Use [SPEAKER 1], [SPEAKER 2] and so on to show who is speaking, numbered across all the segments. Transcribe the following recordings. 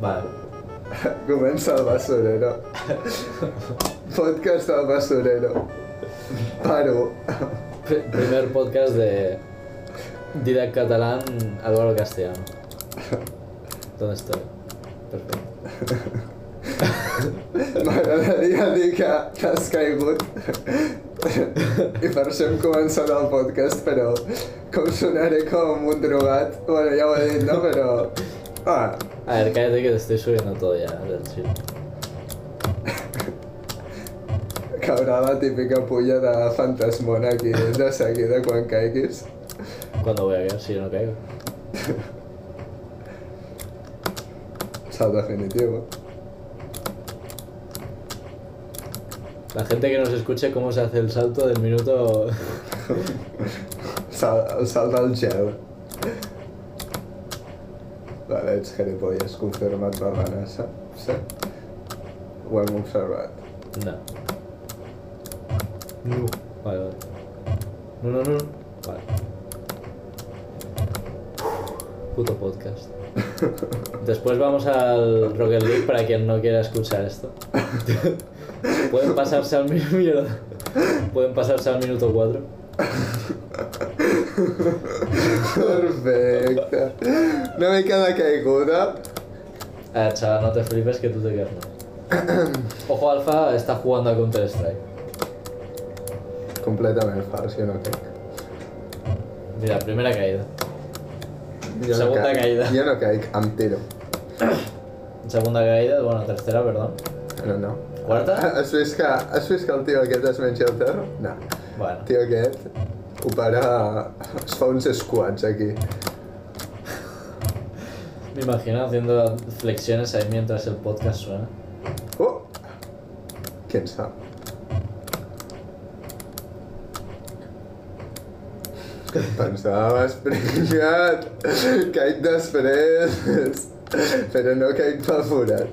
[SPEAKER 1] Vale.
[SPEAKER 2] Comença el basurero. Podcast del basurero. Paro.
[SPEAKER 1] Pr- Primer podcast de Didac Catalán, Álvaro Castellano. ¿Dónde estoy? Perfecto.
[SPEAKER 2] er M'agradaria dir que t'has caigut i per això hem començat el podcast, però com sonaré com un drogat, bueno, ja ho he dit, no? Però... Ah,
[SPEAKER 1] A ver, cállate que te estoy subiendo todo ya del chip.
[SPEAKER 2] caurà la típica pulla de fantasmona aquí de seguida quan caiguis.
[SPEAKER 1] ¿Cuándo voy a caer si yo no caigo?
[SPEAKER 2] Salt definitiu.
[SPEAKER 1] La gente que nos escuche cómo se hace el salto del minuto...
[SPEAKER 2] Sal, el salt al gel. Vale, ets gilipolles, confirmat per l'Anassa. Sí? Ho hem observat.
[SPEAKER 1] No. No. Vale, vale. No, no, no. Vale. Puto podcast. Después vamos al Rocket League para quien no quiera escuchar esto. Pueden pasarse al minuto. Mierda. Pueden pasarse al minuto 4.
[SPEAKER 2] Perfecte. Una mica de caiguda.
[SPEAKER 1] A ver, chaval, no te flipes que tú te quedas. mal. Ojo Alfa está jugando a Counter Strike.
[SPEAKER 2] Completament fals, jo no caic.
[SPEAKER 1] Mira, primera caída.
[SPEAKER 2] Jo
[SPEAKER 1] Segunda
[SPEAKER 2] no caic.
[SPEAKER 1] caída.
[SPEAKER 2] Jo no caic, em tiro.
[SPEAKER 1] Segunda caída, bueno, tercera, perdón.
[SPEAKER 2] No, no.
[SPEAKER 1] Quarta?
[SPEAKER 2] Has vist que, has vist que el tio aquest es menja el terra? No.
[SPEAKER 1] Bueno.
[SPEAKER 2] Tio aquest opera... es fa uns squats aquí.
[SPEAKER 1] Me imagino haciendo flexiones ahí mientras el podcast suena.
[SPEAKER 2] Oh! Quién sap? Què et pensaves, pringat? Caic després, però no caic pel forat.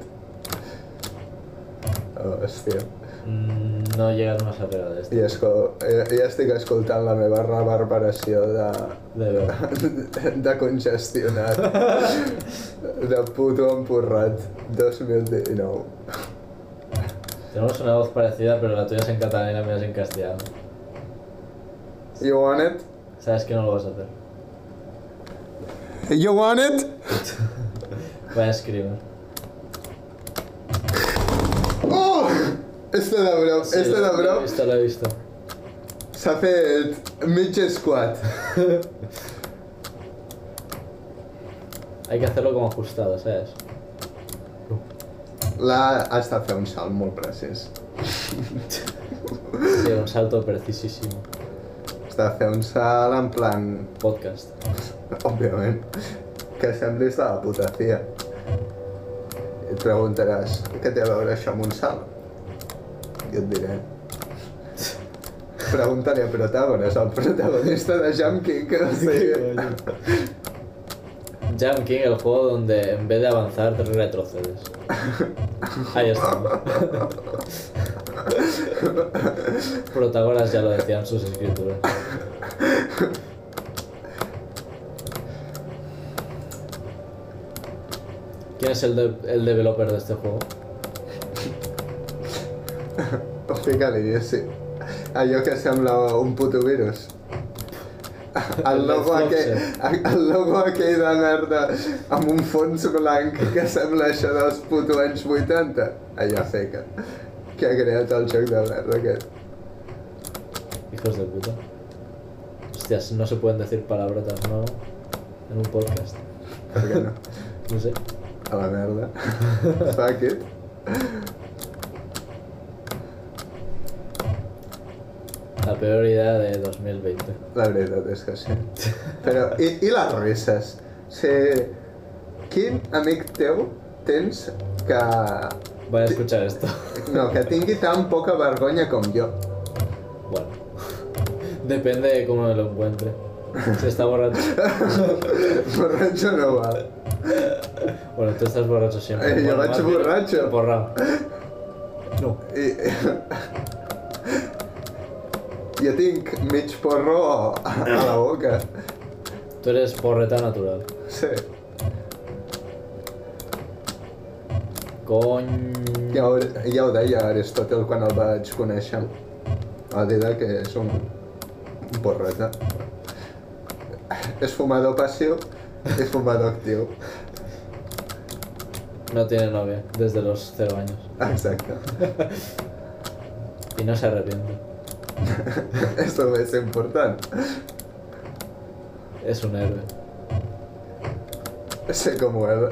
[SPEAKER 2] Oh, hòstia.
[SPEAKER 1] Mm, No llegas más arriba de esto.
[SPEAKER 2] I escol... eh, ja estic escoltant la meva reverberació de...
[SPEAKER 1] De verdad.
[SPEAKER 2] de congestionat. de puto emporrat 2019.
[SPEAKER 1] Tenemos una voz parecida, pero la tuya es en catalán y la mía es en castellano.
[SPEAKER 2] You want it?
[SPEAKER 1] Sabes que no lo vas a hacer.
[SPEAKER 2] You want it?
[SPEAKER 1] Vaya screamer.
[SPEAKER 2] Oh! Este de bro,
[SPEAKER 1] Sí,
[SPEAKER 2] este de
[SPEAKER 1] lo- Lo he
[SPEAKER 2] bro
[SPEAKER 1] visto, lo he visto.
[SPEAKER 2] s'ha fet mig squat.
[SPEAKER 1] Hay que hacerlo como ajustado, ¿sabes?
[SPEAKER 2] L'ha has de fer un salt molt precís.
[SPEAKER 1] Sí, un salto precisísimo.
[SPEAKER 2] Has de fer un salt en plan,
[SPEAKER 1] Podcast.
[SPEAKER 2] òbviament, que semblis de la puta tia. I et preguntaràs, què té a veure això amb un salt? I et diré, pregunta-li a Protagones, el protagonista de Jam King, que no sé...
[SPEAKER 1] Jam King, el juego donde en vez de avanzar te retrocedes. Ahí está. Protagoras ya lo decían sus escrituras. ¿Quién es el, de- el developer de este juego?
[SPEAKER 2] Fica-li, Jesse. Allò que sembla un puto virus. El logo,
[SPEAKER 1] Red
[SPEAKER 2] aquell, el logo aquell de merda amb un fons blanc que sembla això dels puto anys 80. Allò feca. Que ha creat el joc de merda aquest.
[SPEAKER 1] Hijos de puta. Hostias, no se pueden decir palabrotas, ¿no? En un podcast.
[SPEAKER 2] Per què no?
[SPEAKER 1] No sé.
[SPEAKER 2] A la merda. Fuck it.
[SPEAKER 1] La peor idea de 2020.
[SPEAKER 2] La veritat és que sí. Però, i, i les risses? O sigui, quin amic teu tens que
[SPEAKER 1] Voy a escuchar esto.
[SPEAKER 2] No, que tingui tan poca vergonya com jo.
[SPEAKER 1] Bueno, depende de cómo me lo encuentre. Si está borracho.
[SPEAKER 2] Borratxo no va.
[SPEAKER 1] Bueno, tú estás borracho siempre.
[SPEAKER 2] Eh, yo
[SPEAKER 1] Bueno,
[SPEAKER 2] macho
[SPEAKER 1] más bien,
[SPEAKER 2] borracho.
[SPEAKER 1] Borrado. No.
[SPEAKER 2] I... Jo tinc mig porro a la boca.
[SPEAKER 1] Tú eres porreta natural.
[SPEAKER 2] Sí.
[SPEAKER 1] cony...
[SPEAKER 2] Ja ho, ja ho deia Aristòtel quan el vaig conèixer. Va dir que és un un borreta. És fumador passiu i fumador actiu.
[SPEAKER 1] No tiene novia desde los 0 años.
[SPEAKER 2] Exacte.
[SPEAKER 1] Y no se arrepiente.
[SPEAKER 2] És el més important.
[SPEAKER 1] Es un héroe.
[SPEAKER 2] Sé com ho era.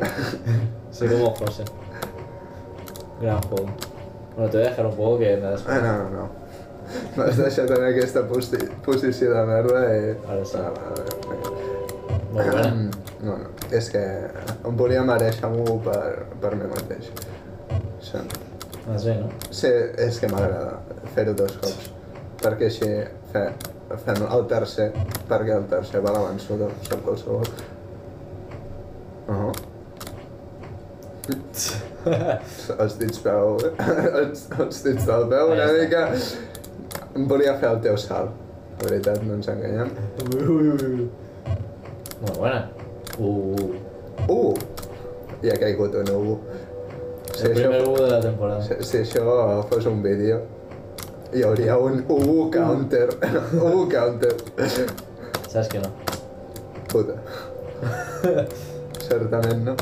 [SPEAKER 1] Soy como José. Gran juego. Bueno, te voy a dejar un juego que me das.
[SPEAKER 2] Ah, no, no, no. M'has deixat en aquesta posi posició de merda i...
[SPEAKER 1] Ara sí.
[SPEAKER 2] Ah, va, va, va.
[SPEAKER 1] Muy buena.
[SPEAKER 2] No, no, és que em volia mereixer-m'ho per, per mi mateix. Sí.
[SPEAKER 1] Más bien, ¿no?
[SPEAKER 2] Sí, és que m'agrada fer-ho dos cops. Perquè així fe, fem el tercer, perquè el tercer va a la vençuda, sap qualsevol. Uh -huh. els dits peu... els, els dits del peu una
[SPEAKER 1] Ahí
[SPEAKER 2] mica... Em volia fer el teu salt. La veritat, no ens enganyem.
[SPEAKER 1] Muy buena. Uh,
[SPEAKER 2] Uh! I ha caigut un u. Si
[SPEAKER 1] el primer
[SPEAKER 2] això,
[SPEAKER 1] bug de la temporada.
[SPEAKER 2] si, si això fos un vídeo, hi hauria un u counter. u counter.
[SPEAKER 1] Sabes que no.
[SPEAKER 2] Puta. Certament no.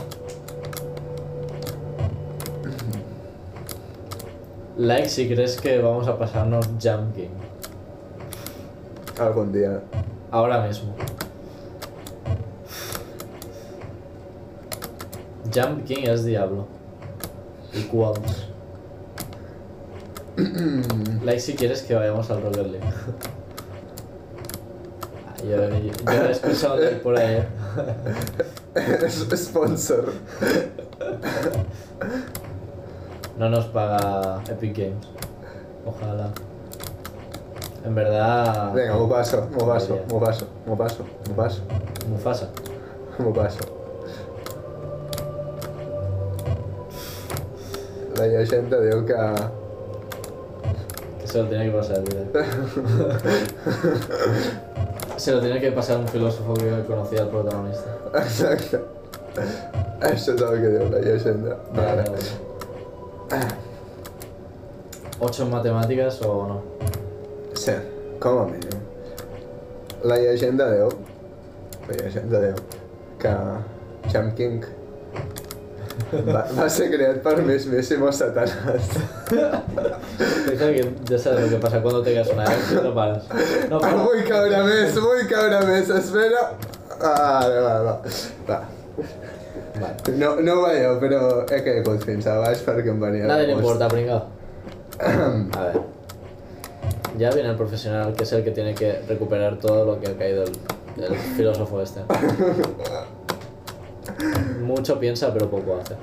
[SPEAKER 1] Like si crees que vamos a pasarnos Jump King.
[SPEAKER 2] Algun dia.
[SPEAKER 1] Ahora mismo. Jump King es Diablo. Y Qualms. like si quieres que vayamos al Rocket League. Ah, yo, yo, yo he escuchado de por ahí. ¿eh?
[SPEAKER 2] Sponsor.
[SPEAKER 1] No nos paga Epic Games. Ojalá. En verdad.
[SPEAKER 2] Vinga, m'ho passo, m'ho passo,
[SPEAKER 1] Hauria.
[SPEAKER 2] m'ho passo, m'ho passo, m'ho passo,
[SPEAKER 1] Mufasa.
[SPEAKER 2] m'ho passo. La llegenda diu que
[SPEAKER 1] Que se lo tenía que pasar, mira. se lo tenía que pasar un filósofo que conocía al protagonista.
[SPEAKER 2] Exacte. Això és el que diu la llegenda. Vale.
[SPEAKER 1] 8 en matemáticas o no?
[SPEAKER 2] Sí, com a mínim. La llegenda diu... La llegenda diu que Champ King va, va ser creat per mismísimo Satanàs.
[SPEAKER 1] Deja que ya sabes lo que pasa cuando te quedas una vez y no paras. No
[SPEAKER 2] Ah,
[SPEAKER 1] paras.
[SPEAKER 2] vull caure més, vull caure més, espera! Ah, va, va, va. va.
[SPEAKER 1] Vale.
[SPEAKER 2] No, no ho veieu, però he caigut fins a baix perquè em venia
[SPEAKER 1] Nadie le
[SPEAKER 2] gust.
[SPEAKER 1] importa, pringao. A ver. Ya viene el profesional, que es el que tiene que recuperar todo lo que ha caído el, el filósofo este. Mucho piensa, pero poco hace.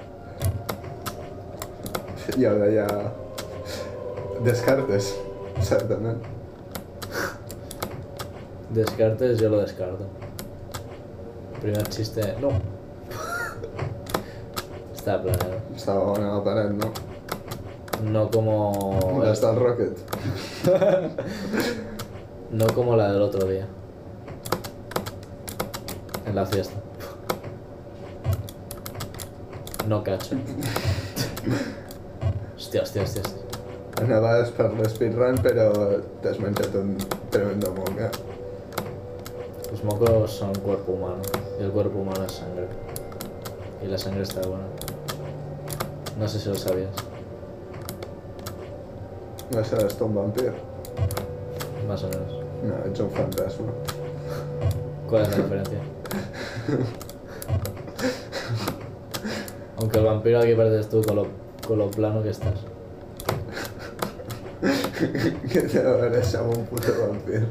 [SPEAKER 2] I ara ja... Descartes, certament.
[SPEAKER 1] Descartes, yo lo descarto. Primer chiste, no. Está planeado.
[SPEAKER 2] Estava bona la paret, no?
[SPEAKER 1] No como.
[SPEAKER 2] Des del Rocket.
[SPEAKER 1] No como la del otro día. En la fiesta. No cacho. Hostia, hostia, hostia. hostia.
[SPEAKER 2] Anaves per l'speedrun, però t'has menjat un tremendo monga.
[SPEAKER 1] Los mocos son cuerpo humano. Y el cuerpo humano es sangre. Y la sangre está buena. No sé si lo sabías.
[SPEAKER 2] No seràs tu un vampir?
[SPEAKER 1] Más o menos.
[SPEAKER 2] No, ets un fantasma.
[SPEAKER 1] ¿Cuál es la diferencia? Aunque el vampiro aquí pareces tú con lo, con lo plano que estás.
[SPEAKER 2] que te veuràs amb un puto vampir.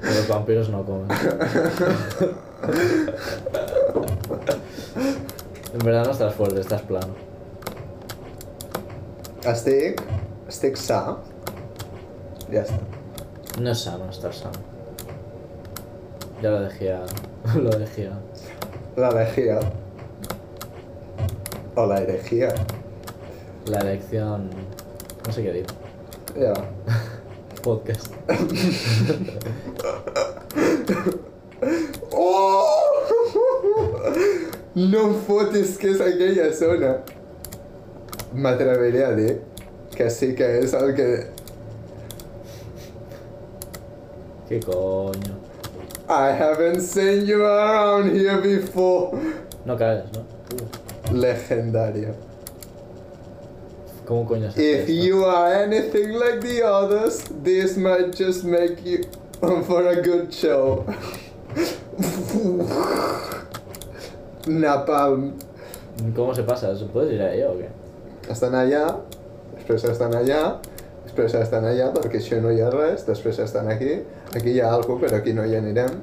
[SPEAKER 1] Pero los vampiros no comen. en verdad no estás fuerte, estás plano.
[SPEAKER 2] Estic... Estic sa. Ja està.
[SPEAKER 1] No es sano estar sano. Ya lo dejé a... lo dejé a...
[SPEAKER 2] La legia. O la herejía.
[SPEAKER 1] La elección... No sé qué digo.
[SPEAKER 2] Ja.
[SPEAKER 1] Podcast.
[SPEAKER 2] Oh! No em fotis que és aquella zona. m'atreviré a dir que sí que és el que...
[SPEAKER 1] ¿Qué coño?
[SPEAKER 2] I haven't seen you around here before.
[SPEAKER 1] No caes, ¿no?
[SPEAKER 2] Legendario.
[SPEAKER 1] ¿Cómo coño se hace
[SPEAKER 2] If
[SPEAKER 1] esto?
[SPEAKER 2] you are anything like the others, this might just make you um, for a good show. Napalm.
[SPEAKER 1] ¿Cómo se pasa? ¿Se puedes ir a ello o qué?
[SPEAKER 2] Estan allà, després estan allà, després estan allà, perquè això no hi ha res, després estan aquí, aquí hi ha alguna cosa, però aquí no hi anirem.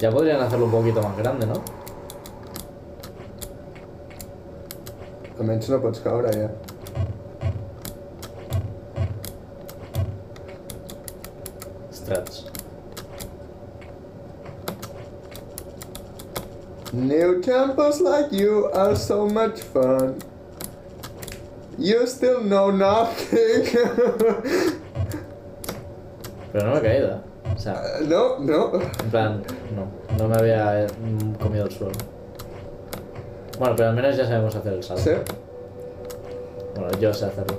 [SPEAKER 1] Ya podrían hacerlo un poquito más grande, ¿no?
[SPEAKER 2] Almenys no pots caure ja.
[SPEAKER 1] Strats.
[SPEAKER 2] New campers like you are so much fun. You still know nothing.
[SPEAKER 1] Pero no me he caído. ¿eh? O sea,
[SPEAKER 2] no, no.
[SPEAKER 1] en plan, no. No me había eh, mm, comido el suelo. Bueno, pero al menos ya sabemos hacer el salto.
[SPEAKER 2] Sí?
[SPEAKER 1] Bueno, yo sé hacerlo.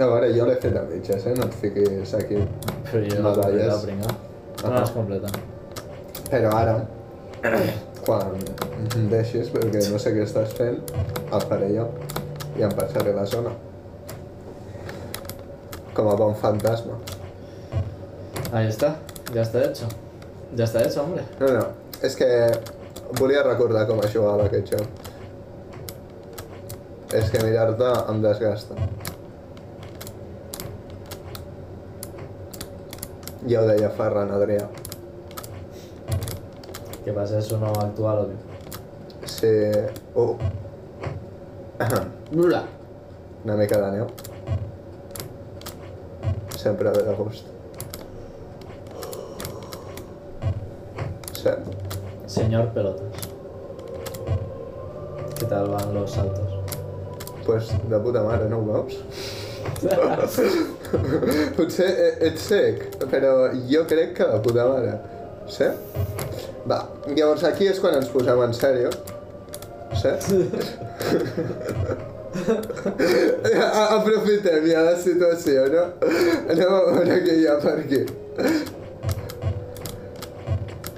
[SPEAKER 2] A veure, jo l'he fet a mitges, eh? No et fiquis aquí.
[SPEAKER 1] Pero yo no
[SPEAKER 2] Medalles.
[SPEAKER 1] la pringada. No,
[SPEAKER 2] Ajá.
[SPEAKER 1] es completa.
[SPEAKER 2] Però ara, quan em deixis, perquè no sé què estàs fent, el faré jo i em passaré la zona. Com a bon fantasma.
[SPEAKER 1] Ahí está. Ya está hecho. Ya está hecho, hombre.
[SPEAKER 2] No, no, és que volia recordar com es jugava aquest joc. És que mirar-te em desgasta. Ja ho deia Ferran Adrià.
[SPEAKER 1] ¿Qué pasa? Eso no actual o qué.
[SPEAKER 2] Si... Uh.
[SPEAKER 1] Lula.
[SPEAKER 2] Una mica de neu. Sempre ve de gust. Set.
[SPEAKER 1] Señor Pelotas. ¿Qué tal van los saltos?
[SPEAKER 2] Pues doncs de puta mare, no ho veus? Potser e- ets sec, però jo crec que de puta mare. Sí? Va, llavors aquí és quan ens posem en sèrio. Sí? A- Aprofitem ja la situació, no? Anem a veure què hi ha per aquí.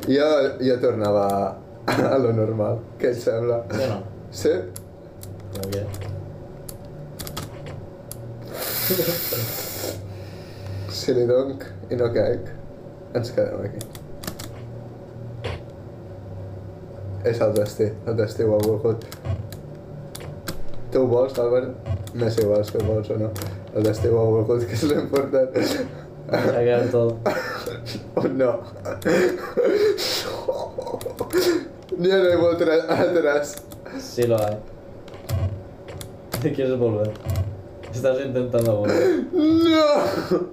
[SPEAKER 2] Jo, jo tornava a, a lo normal, què et sembla?
[SPEAKER 1] Yo no.
[SPEAKER 2] Sí?
[SPEAKER 1] Como quieras.
[SPEAKER 2] Si li donc i no caic, ens quedem aquí. És el destí, el destí ho ha volgut. Tu ho vols, Albert? No sé igual si ho vols o no. El destí ho ha volgut, que és l'important.
[SPEAKER 1] Se ha quedado todo.
[SPEAKER 2] O Oh, no. Ja no hi vuelta atrás.
[SPEAKER 1] Sí lo hay. Te quieres volver. Estás intentando volver.
[SPEAKER 2] No!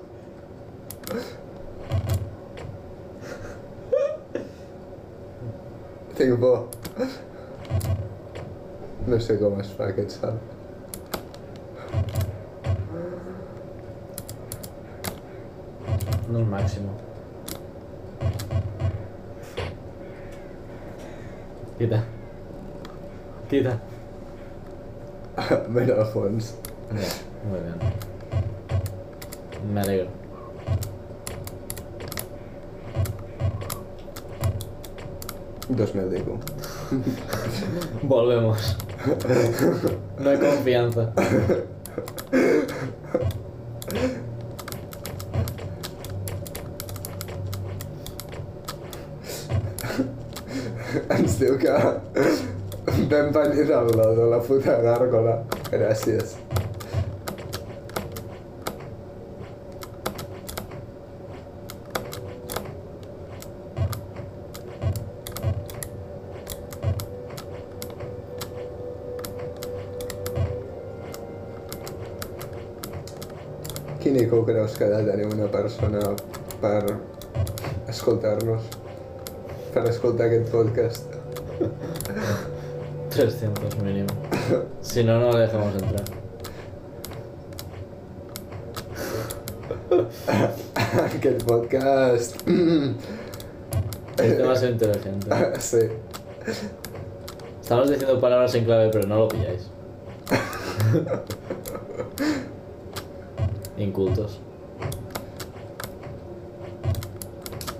[SPEAKER 2] Tinc por. No sé com es fa aquest salt.
[SPEAKER 1] No es máximo. Quita. Quita.
[SPEAKER 2] Mira al fons.
[SPEAKER 1] Muy bien. Me alegro.
[SPEAKER 2] Dos mil dico.
[SPEAKER 1] Volvemos. No hay confianza.
[SPEAKER 2] Ens diu que vam venir del do de la puta gàrgola. Gràcies. Quin ico creus que ha de tenir una persona per escoltar-nos? Per escoltar aquest podcast?
[SPEAKER 1] 300 mínimo. Si no, no le dejamos entrar.
[SPEAKER 2] Aquest podcast... Eh,
[SPEAKER 1] Es demasiado inteligente.
[SPEAKER 2] sí.
[SPEAKER 1] Estamos diciendo palabras en clave, pero no lo pilláis. Incultos.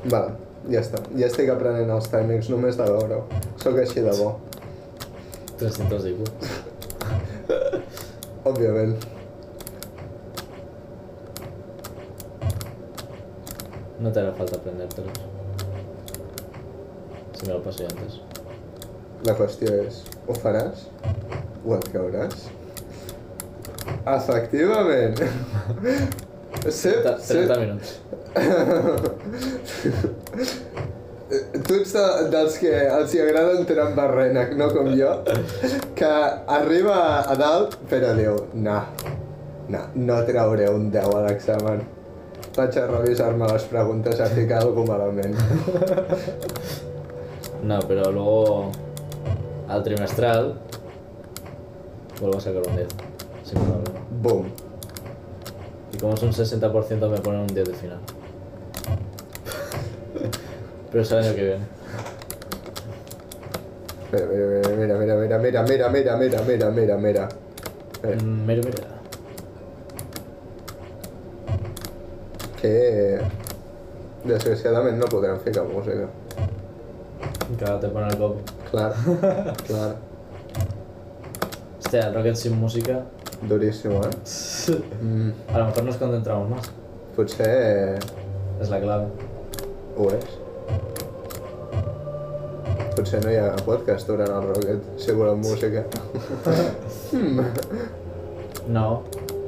[SPEAKER 2] Vale, ja està. Ja estic aprenent els timings només de veure-ho. Sóc així de bo,
[SPEAKER 1] 300 IQ.
[SPEAKER 2] òbviament.
[SPEAKER 1] No te hará falta aprendértelos. Si me lo pasé antes.
[SPEAKER 2] La qüestió és, ho faràs? Ho et creuràs? Efectivament! Sep,
[SPEAKER 1] Ta- 30
[SPEAKER 2] sep.
[SPEAKER 1] minutos.
[SPEAKER 2] Tu ets de, dels que els hi agrada entrar en barrènec, no com jo, que arriba a dalt però diu, nah, nah, no trauré un 10 a l'examen. Vaig a revisar-me les preguntes a ficar alguna malament.
[SPEAKER 1] No, pero luego al trimestral vuelvo a sacar un 10. Sin problema.
[SPEAKER 2] Boom.
[SPEAKER 1] Y como es un 60% me ponen un 10 de final. Pero es el año que viene.
[SPEAKER 2] Mira, mira, mira, mira, mira, mira, mira, mira, mira, mira, mira. Eh,
[SPEAKER 1] Mm, Mira, mira.
[SPEAKER 2] Que... Desgraciadament no podrem ficar música.
[SPEAKER 1] Claro, te ponen el copy.
[SPEAKER 2] Clar, clar.
[SPEAKER 1] Hostia, el Rocket sin música.
[SPEAKER 2] Duríssim, eh? Mm,
[SPEAKER 1] A lo mejor nos concentramos más.
[SPEAKER 2] potser... eh,
[SPEAKER 1] Es la clave.
[SPEAKER 2] ho és. Potser no hi ha podcast durant el Rocket, si volem música.
[SPEAKER 1] No.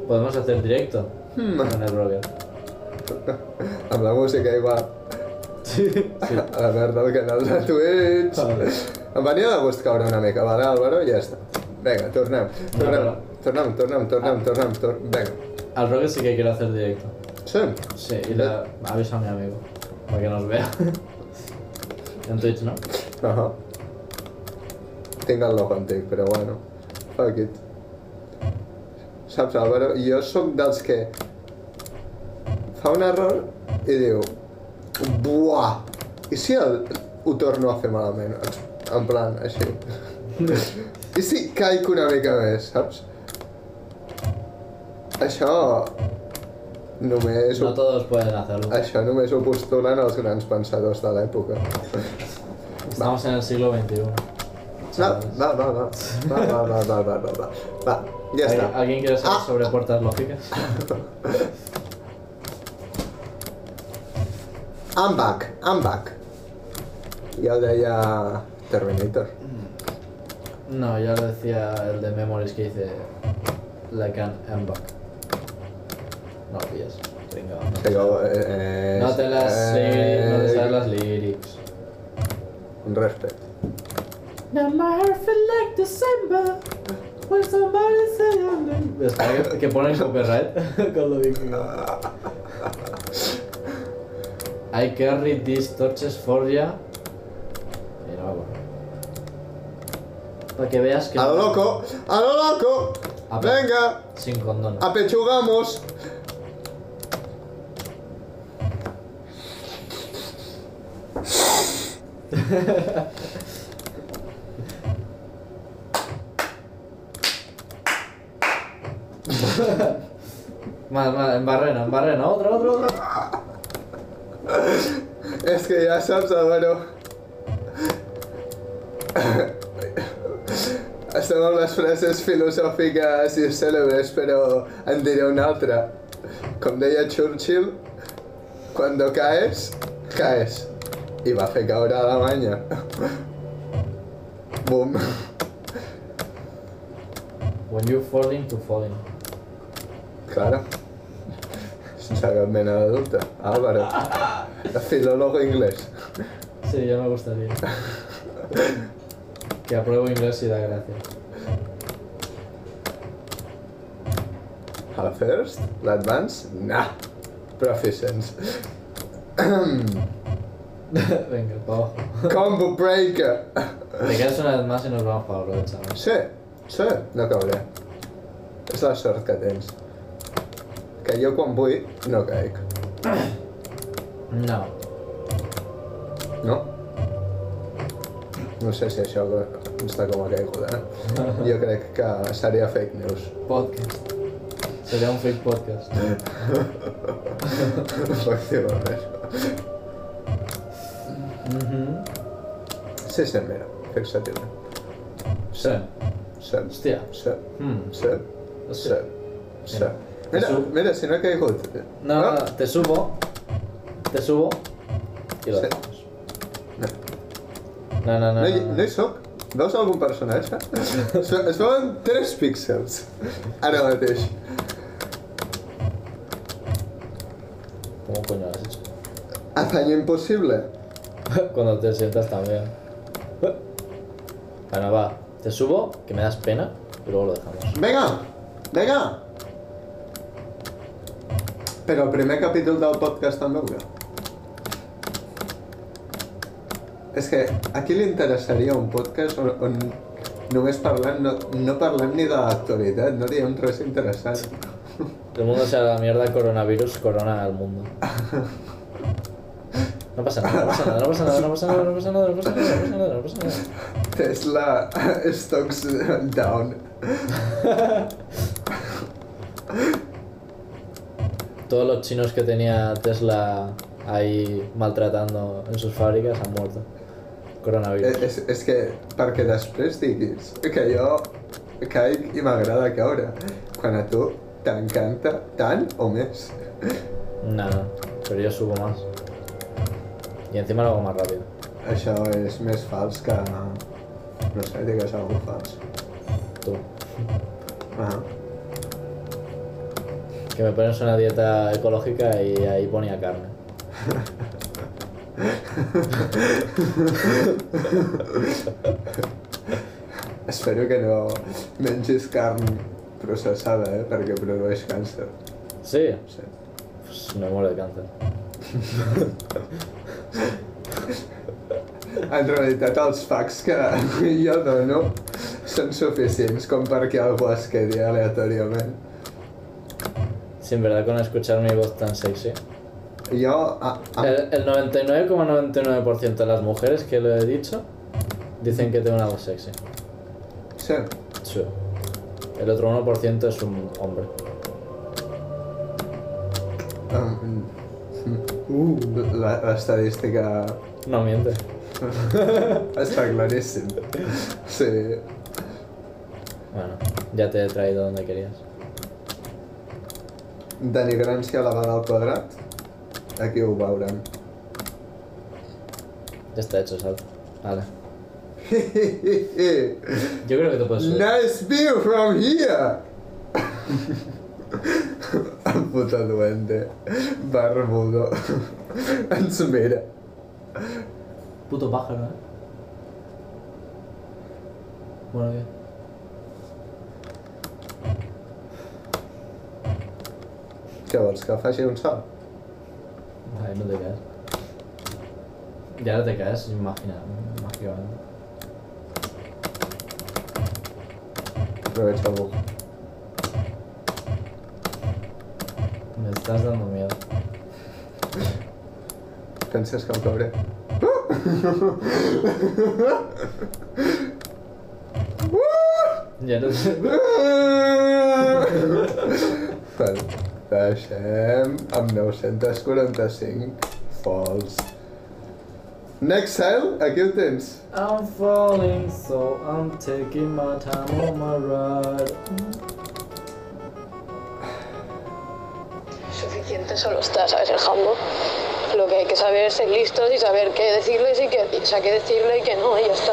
[SPEAKER 1] Podemos hacer directo
[SPEAKER 2] Mm,
[SPEAKER 1] en el Rocket.
[SPEAKER 2] amb la música igual.
[SPEAKER 1] Sí.
[SPEAKER 2] A la merda el canal de Twitch. Em venia de gust caure una mica, vale, Álvaro? Ja està. Vinga, tornem. Tornem,
[SPEAKER 1] però-
[SPEAKER 2] tornem, tornem, tornem, tornem, tornem. Vinga.
[SPEAKER 1] Al Rocket sí que quiero hacer directo.
[SPEAKER 2] Sí.
[SPEAKER 1] Sí, y le aviso a mi amigo para que nos vea. en Twitch, ¿no?
[SPEAKER 2] Ahà. Tinc el logo antic, però bueno. Fuck it. Saps, Álvaro? Jo sóc dels que fa un error i diu Buah! I si el, ho torno a fer malament? En plan, així. I si caic una mica més, saps? Això... Només... ho-
[SPEAKER 1] No todos pueden hacerlo.
[SPEAKER 2] Això només ho postulen els grans pensadors de l'època.
[SPEAKER 1] Estamos en el siglo XXI.
[SPEAKER 2] No,
[SPEAKER 1] chavales.
[SPEAKER 2] no, no, no. Va, va, va, va, va, va, va. Va, ja
[SPEAKER 1] ¿Al-
[SPEAKER 2] està.
[SPEAKER 1] ¿Alguien quiere saber
[SPEAKER 2] Ah.
[SPEAKER 1] sobre puertas lógicas? ah.
[SPEAKER 2] I'm back, I'm back. Ja ho deia Terminator.
[SPEAKER 1] No, ya lo decía el de Memories que dice Lacan and Buck. No pillas. Venga, no.
[SPEAKER 2] Que jo, eh,
[SPEAKER 1] No te las
[SPEAKER 2] eh,
[SPEAKER 1] lyrics, no te sabes las lyrics.
[SPEAKER 2] Un respecte.
[SPEAKER 1] Now my heart feel like December when somebody said your name. Espera, que, que ponen copyright con lo digo. I carry these torches for ya. Y no me acuerdo. Para que veas que.
[SPEAKER 2] A lo loco, a lo loco.
[SPEAKER 1] A ver.
[SPEAKER 2] Venga,
[SPEAKER 1] Sin condón.
[SPEAKER 2] apechugamos.
[SPEAKER 1] Más, más, en barrena, en barrena. Otro, otro, otro.
[SPEAKER 2] És que ja saps, Álvaro. Estem amb les frases filosòfiques i cèlebres, però en diré una altra. Com deia Churchill, quan caes, caes. I va fer caure Alemanya. Bum.
[SPEAKER 1] When you fall into falling.
[SPEAKER 2] Claro. Sense cap mena de dubte. Álvaro. Filòlogo anglès.
[SPEAKER 1] Sí, ya me gustaría. que apruebo inglés y da gracias.
[SPEAKER 2] El first, l'advance, nah. Proficients.
[SPEAKER 1] Venga, pa' abajo.
[SPEAKER 2] Combo breaker.
[SPEAKER 1] Te quedas una vez más y nos vamos para Broad, ¿sabes?
[SPEAKER 2] Sí, sí, no cauré. És la sort que tens. Que jo quan vull no caic,
[SPEAKER 1] No.
[SPEAKER 2] no? No sé si això Està com a caiguda. eh? Jo crec que seria fake news.
[SPEAKER 1] Podcast. Seria un fake podcast.
[SPEAKER 2] Efectivament.
[SPEAKER 1] Mhm.
[SPEAKER 2] Sí, sí, mira. Fixa-t'hi bé.
[SPEAKER 1] Set.
[SPEAKER 2] Set.
[SPEAKER 1] Hòstia.
[SPEAKER 2] Set.
[SPEAKER 1] Mm.
[SPEAKER 2] Set. Set. Set. Mira,
[SPEAKER 1] Sub.
[SPEAKER 2] mira, si no he caigut.
[SPEAKER 1] No, no, no, te subo. Te subo. I lo
[SPEAKER 2] Sí.
[SPEAKER 1] dejas.
[SPEAKER 2] No.
[SPEAKER 1] No, no, no.
[SPEAKER 2] No, hi,
[SPEAKER 1] no,
[SPEAKER 2] no
[SPEAKER 1] no.
[SPEAKER 2] hi soc? Veus algun personatge? Es, ve- es veuen 3 píxels. Ara mateix.
[SPEAKER 1] ¿Cómo coño lo has hecho?
[SPEAKER 2] Hazaña impossible.
[SPEAKER 1] Cuando te sientas también. Bueno, va. Te subo, que me das pena, y luego lo dejamos.
[SPEAKER 2] Vinga! Vinga! Però el primer capítol del podcast també ho veu. És que a qui li interessaria un podcast on, on només parlem, no, no parlem ni de l'actualitat, no diem res interessant.
[SPEAKER 1] El mundo se hará la mierda, coronavirus corona al mundo. No pasa nada, no pasa nada, no pasa nada, no pasa nada, no pasa nada, no pasa nada, no pasa nada, no pasa nada.
[SPEAKER 2] Tesla stocks down.
[SPEAKER 1] Todos los chinos que tenía Tesla ahí maltratando en sus fábricas han muerto.
[SPEAKER 2] Eh,
[SPEAKER 1] Coronavirus.
[SPEAKER 2] És, és que perquè després diguis que jo caic i m'agrada caure, quan a tu t'encanta tant o més.
[SPEAKER 1] Nada, pero yo subo más. Y encima lo hago más rápido.
[SPEAKER 2] Això és més fals que... No sé, digues algú fals.
[SPEAKER 1] Tú.
[SPEAKER 2] Ah.
[SPEAKER 1] Que me pones una dieta ecológica y ahí ponía carne.
[SPEAKER 2] Espero que no mengis carn processada, eh? Perquè produeix càncer.
[SPEAKER 1] Sí,
[SPEAKER 2] Sí.
[SPEAKER 1] pues me muero de cáncer.
[SPEAKER 2] En realitat, els facts que jo dono són suficients com perquè algú es quedi aleatòriament.
[SPEAKER 1] Sí, en verdad con escuchar mi voz tan sexy.
[SPEAKER 2] Jo... A, a,
[SPEAKER 1] El el 99,99% de las mujeres que lo he dicho dicen que tengo una voz sexy.
[SPEAKER 2] sí.
[SPEAKER 1] Sí. El otro 1% es un hombre.
[SPEAKER 2] Um, uh, la- L'estadística
[SPEAKER 1] No miente.
[SPEAKER 2] està claríssim. Sí.
[SPEAKER 1] Bueno, ya te he traído donde querías.
[SPEAKER 2] Denigrància elevada al quadrat. Aquí ho veurem.
[SPEAKER 1] Ya está hecho, Sal. Vale.
[SPEAKER 2] nice
[SPEAKER 1] Yo creo que te puedes subir.
[SPEAKER 2] view from here! El puto duende. Barbudo. Ens mira.
[SPEAKER 1] Puto pájaro, eh. Bueno, ¿qué?
[SPEAKER 2] Què vols, que faci un sol?
[SPEAKER 1] Vale, no te caes. Y ahora te caes, imagina, mágicamente.
[SPEAKER 2] Aprovecha el buc.
[SPEAKER 1] Me estás dando miedo.
[SPEAKER 2] Penses que em cauré?
[SPEAKER 1] Ya no sé.
[SPEAKER 2] Bueno, deixem amb 945 falls. Next Exile, aquí ho tens.
[SPEAKER 1] I'm falling, so I'm taking my time on my ride.
[SPEAKER 3] Suficiente solo está, ¿sabes? El jambo. Lo que hay que saber es ser listos y saber qué decirles y qué, o sea, qué decirle y qué no, y ya está.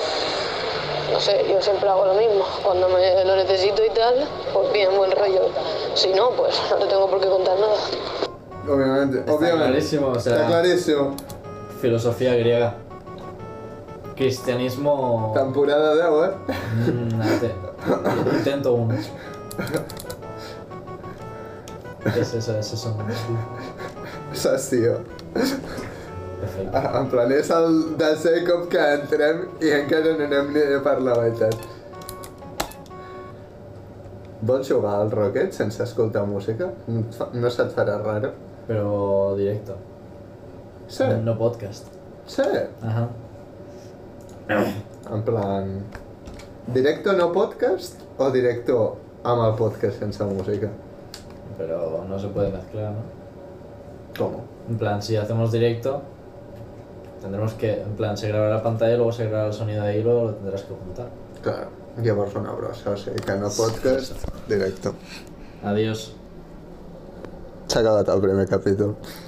[SPEAKER 3] No sé, yo siempre hago lo mismo. Cuando me lo necesito y tal, pues bien, buen rollo. Si no, pues no te tengo por qué contar nada.
[SPEAKER 2] Obviamente,
[SPEAKER 1] Está
[SPEAKER 2] obviamente.
[SPEAKER 1] clarísimo, o sea-
[SPEAKER 2] Está clarísimo.
[SPEAKER 1] Filosofía griega. Cristianismo.
[SPEAKER 2] Temporada 10, eh?
[SPEAKER 1] Mm, ate- Intento uno. Es eso, es eso.
[SPEAKER 2] Saps, tio.
[SPEAKER 1] Perfecto.
[SPEAKER 2] En plan, és el desè cop que entrem i encara no anem ni per la meitat. Vols jugar al Rocket sense escoltar música? No et fa- No se't farà raro?
[SPEAKER 1] Pero directo.
[SPEAKER 2] Sí,
[SPEAKER 1] No podcast.
[SPEAKER 2] sí.
[SPEAKER 1] Ajá.
[SPEAKER 2] En plan... Directo no podcast o directo amb el podcast sense música?
[SPEAKER 1] Pero no se puede mezclar, ¿no?
[SPEAKER 2] ¿Cómo?
[SPEAKER 1] En plan, si hacemos directo, tendremos que. En plan, se grabará pantalla, luego se grabará el sonido de ahí, luego lo tendrás que juntar.
[SPEAKER 2] Claro, llavors una brossa, o sigui que no podcast, directo.
[SPEAKER 1] Adiós.
[SPEAKER 2] S'ha acabat el primer capítol.